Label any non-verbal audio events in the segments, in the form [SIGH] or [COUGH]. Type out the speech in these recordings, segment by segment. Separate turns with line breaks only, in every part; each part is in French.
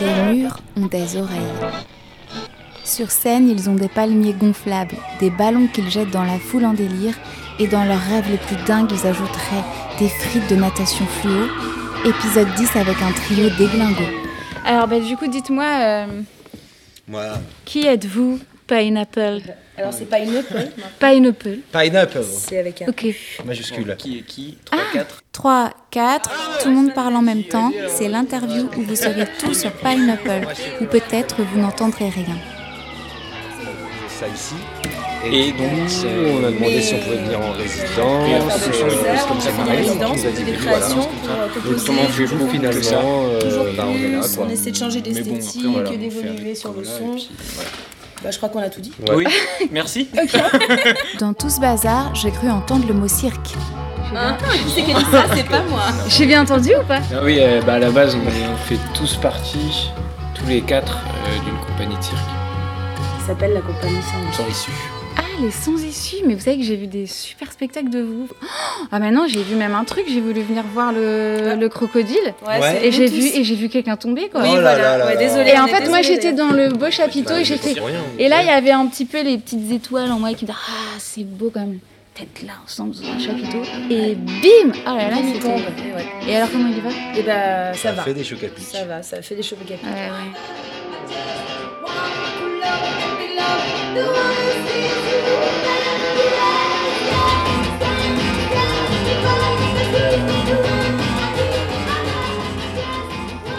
Les murs ont des oreilles. Sur scène, ils ont des palmiers gonflables, des ballons qu'ils jettent dans la foule en délire, et dans leurs rêves les plus dingues, ils ajouteraient des frites de natation fluo. Épisode 10 avec un trio déglingo.
Alors, bah, du coup, dites-moi, euh,
Moi,
qui êtes-vous Pineapple.
Alors c'est pas une épaule,
Pineapple.
Pineapple,
c'est avec un.
Ok.
majuscule.
Qui est
Ah.
qui 3, 4
3, 4, tout le monde parle en même temps, c'est l'interview où vous saurez tout sur Pineapple, ou peut-être vous n'entendrez rien.
Ça ici.
Et donc,
c'est-
on a demandé si on pouvait venir en
Et après,
résidence,
c'est
des
sur
choses
les heures,
comme ça,
on
fait des
pareil. Donc,
résidences,
on nous a dit,
des
oui, voilà,
créations
comme ça.
pour, euh,
Donc,
composer,
comment tu
toujours
joues finalement
Toujours
euh, bah, On est là,
plus,
quoi.
on essaie de changer
Mais bon, après,
d'esthétique,
voilà, on fait
d'évoluer
avec
sur le
comme là,
son.
et puis, voilà.
Bah, je crois qu'on a tout dit.
Ouais.
[LAUGHS]
Oui, merci.
Dans tout ce bazar, j'ai cru entendre le mot cirque.
qui c'est qui a dit ça C'est pas moi.
J'ai bien entendu ou pas
Ah oui, euh, bah, à la base, on, est- on fait tous partie, tous les quatre, euh, d'une compagnie de cirque.
Il s'appelle la compagnie Saint-Michel.
Sans issue.
Ah, les sans issues, mais vous savez que j'ai vu des super spectacles de vous. Oh, ah, maintenant, j'ai vu même un truc, j'ai voulu venir voir le, le crocodile.
Ouais.
c'est
Et
nous
j'ai
Ah. tous.
vu, et j'ai vu quelqu'un tomber, quoi.
Oui,
Oh là
voilà.
là là
ouais,
là.
désolé.
Et
on
en
est
fait, moi,
désolé.
j'étais dans le beau chapiteau et j'ai fait.
Rien.
Et là, il y avait un petit peu les petites étoiles en moi qui me disaient Ah, c'est beau quand même d'être là ensemble dans un chapiteau. Et bim Oh là là,
Bim, il
c'était-
tombe. Et, ouais.
Et alors, comment il va
Et bah, ça,
Ça
va.
fait des chocs à pic.
Ça va, ça fait des cheveux gâtés.
Ouais, ouais.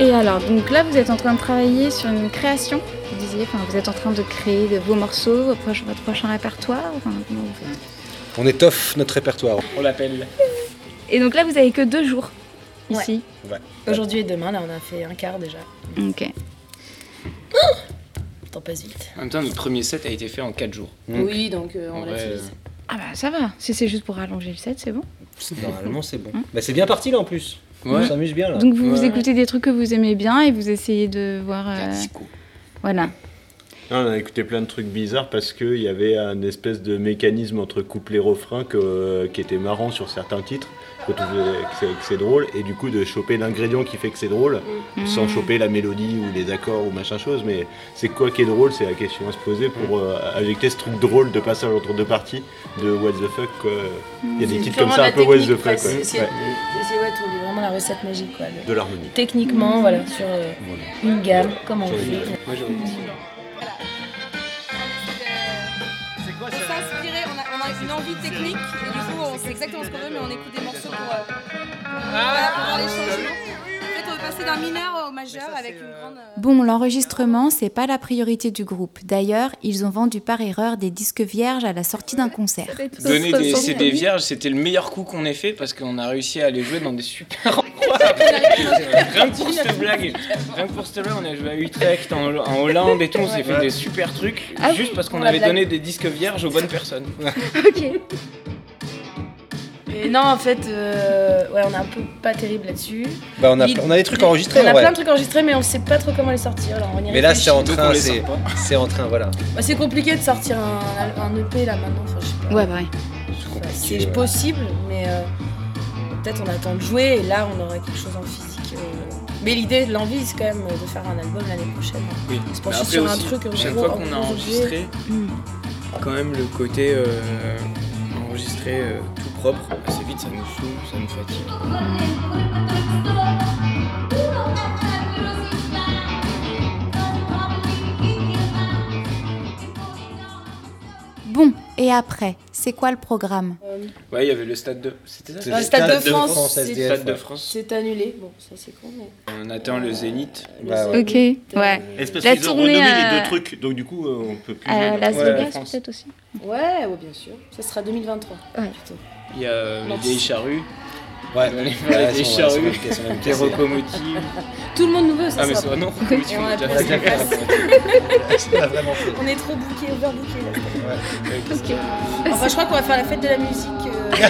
Et alors, donc là, vous êtes en train de travailler sur une création. Vous disiez, enfin, vous êtes en train de créer de vos morceaux, vos proches- votre prochain répertoire. enfin, comment vous faites
On étoffe notre répertoire.
On l'appelle.
Et donc là, vous avez que deux jours ici.
Aujourd'hui et demain, là, on a fait un quart déjà.
Ok.
Le temps passe vite.
En même temps, notre premier set a été fait en 4 jours.
Mm.
Oui, donc euh, on
En vrai,
relativise.
Ah bah ça va. Si c'est juste pour rallonger le set, c'est bon.
Normalement, c'est bon.
Hmm.
Hein
Bah, c'est bien parti là en plus. On
Ouais.
s'amuse bien là.
Donc vous, vous
Ouais.
écoutez des trucs que vous aimez bien et vous essayez de voir. euh, Voilà.
Non, on a écouté plein de trucs bizarres parce qu'il y avait un espèce de mécanisme entre couplet et refrain que, euh, qui était marrant sur certains titres, que, tu faisais- que c'est- que c'est drôle, et du coup de choper l'ingrédient qui fait que c'est drôle, sans
Mm.
choper la mélodie ou les accords ou machin chose, mais c'est quoi qui est drôle, c'est la question à se poser
Mm.
pour euh, injecter ce truc drôle de passage entre deux parties de What the fuck. quoi. Il y a
Mm.
des titres comme ça un peu What the fuck. quoi.
C'est
Ouais.
c'est- ouais, trouver vraiment la recette magique, quoi. le-
De l'harmonie.
Techniquement, voilà, sur euh,
Voilà.
une gamme, comment on fait.
Moi, j'aurais dit.
euh, On s'est inspiré, on a, on a une envie technique, et du coup on sait exactement ce qu'on veut, mais on écoute des morceaux pour, euh, voilà, pour voir les changements. En fait, on veut passer d'un mineur au majeur avec une grande. euh,
Bon, l'enregistrement, c'est pas la priorité du groupe. D'ailleurs, ils ont vendu par erreur des disques vierges à la sortie d'un concert.
Donner des CD vierges, c'était le meilleur coup qu'on ait fait parce qu'on a réussi à les jouer dans des [LAUGHS] super endroits. rien que pour cette blague, rien que pour cette blague, on a joué à Utrecht, en, en Hollande et tout, on s'est fait des super trucs
Ah oui,
juste parce qu'on
la
avait
blague.
donné des disques vierges aux bonnes personnes.
Ok.
Et non, en fait, euh, ouais, on est un peu pas terrible là-dessus.
Bah, on, a,
Il-
on a des trucs enregistrés
On a
en vrai.
plein de trucs enregistrés, mais on sait pas trop comment les sortir. Alors, on y
Mais là,
réfléchit.
c'est en
Donc,
train,
on les
c'est
sort pas.
c'est en train, voilà.
Bah, c'est compliqué de sortir un, un EP là maintenant. Enfin, je sais pas.
Ouais, bah ouais.
Enfin,
compliqué,
c'est
ouais.
possible, mais euh, peut-être on attend de jouer et là on aura quelque chose en physique. euh. Mais l'idée, l'envie, c'est quand même de faire un album l'année prochaine.
Oui.
se
Mais
pencher
après
sur un
aussi,
truc, euh,
chaque
gros, Hmm.
fois
en
qu'on a
gros,
enregistré,
Mm.
quand même le côté euh, enregistré euh, tout propre, assez vite ça nous saoule, ça nous fatigue.
Bon, et après, c'est quoi le programme
Euh,
Ouais, il y avait le stade 2. C'était ça
Ah, le Stade de France, c'est-
Le
SDF,
stade de
ouais.
France.
C'est annulé, bon, ça c'est con, mais.
On atteint le zénith.
Bah, ouais.
Ok. Ouais.
Espèce
La
qu'ils ont
tournée,
renommé
euh,
les deux trucs, donc du coup euh, on peut plus.
À Las
Ouais,
Vegas
la France.
peut-être aussi.
Ouais, ouais, bien sûr. Ça sera 2023.
Ouais.
plutôt.
Il y a euh, les
Merci.
vieilles charrues,
Ouais.
les,
Ouais, elles
vieilles
sont- elles sont
charrues,
même- elles sont même
les
cassées.
[LAUGHS]
locomotives.
Tout le monde nous veut, ça
Ah, mais
sera.
c'est non, locomotives,
on
on
a
l'a déjà
plus
On a déjà fait
fait. [LAUGHS]
la locomotive. On a vraiment fait.
On est trop bouqués, overbookés. là.
Ouais.
Enfin, je crois qu'on va faire la fête de la musique. euh,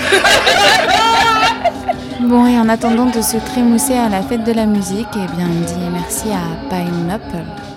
Bon, et en attendant de se trémousser à la fête de la musique, eh bien, on dit merci à Pineapple.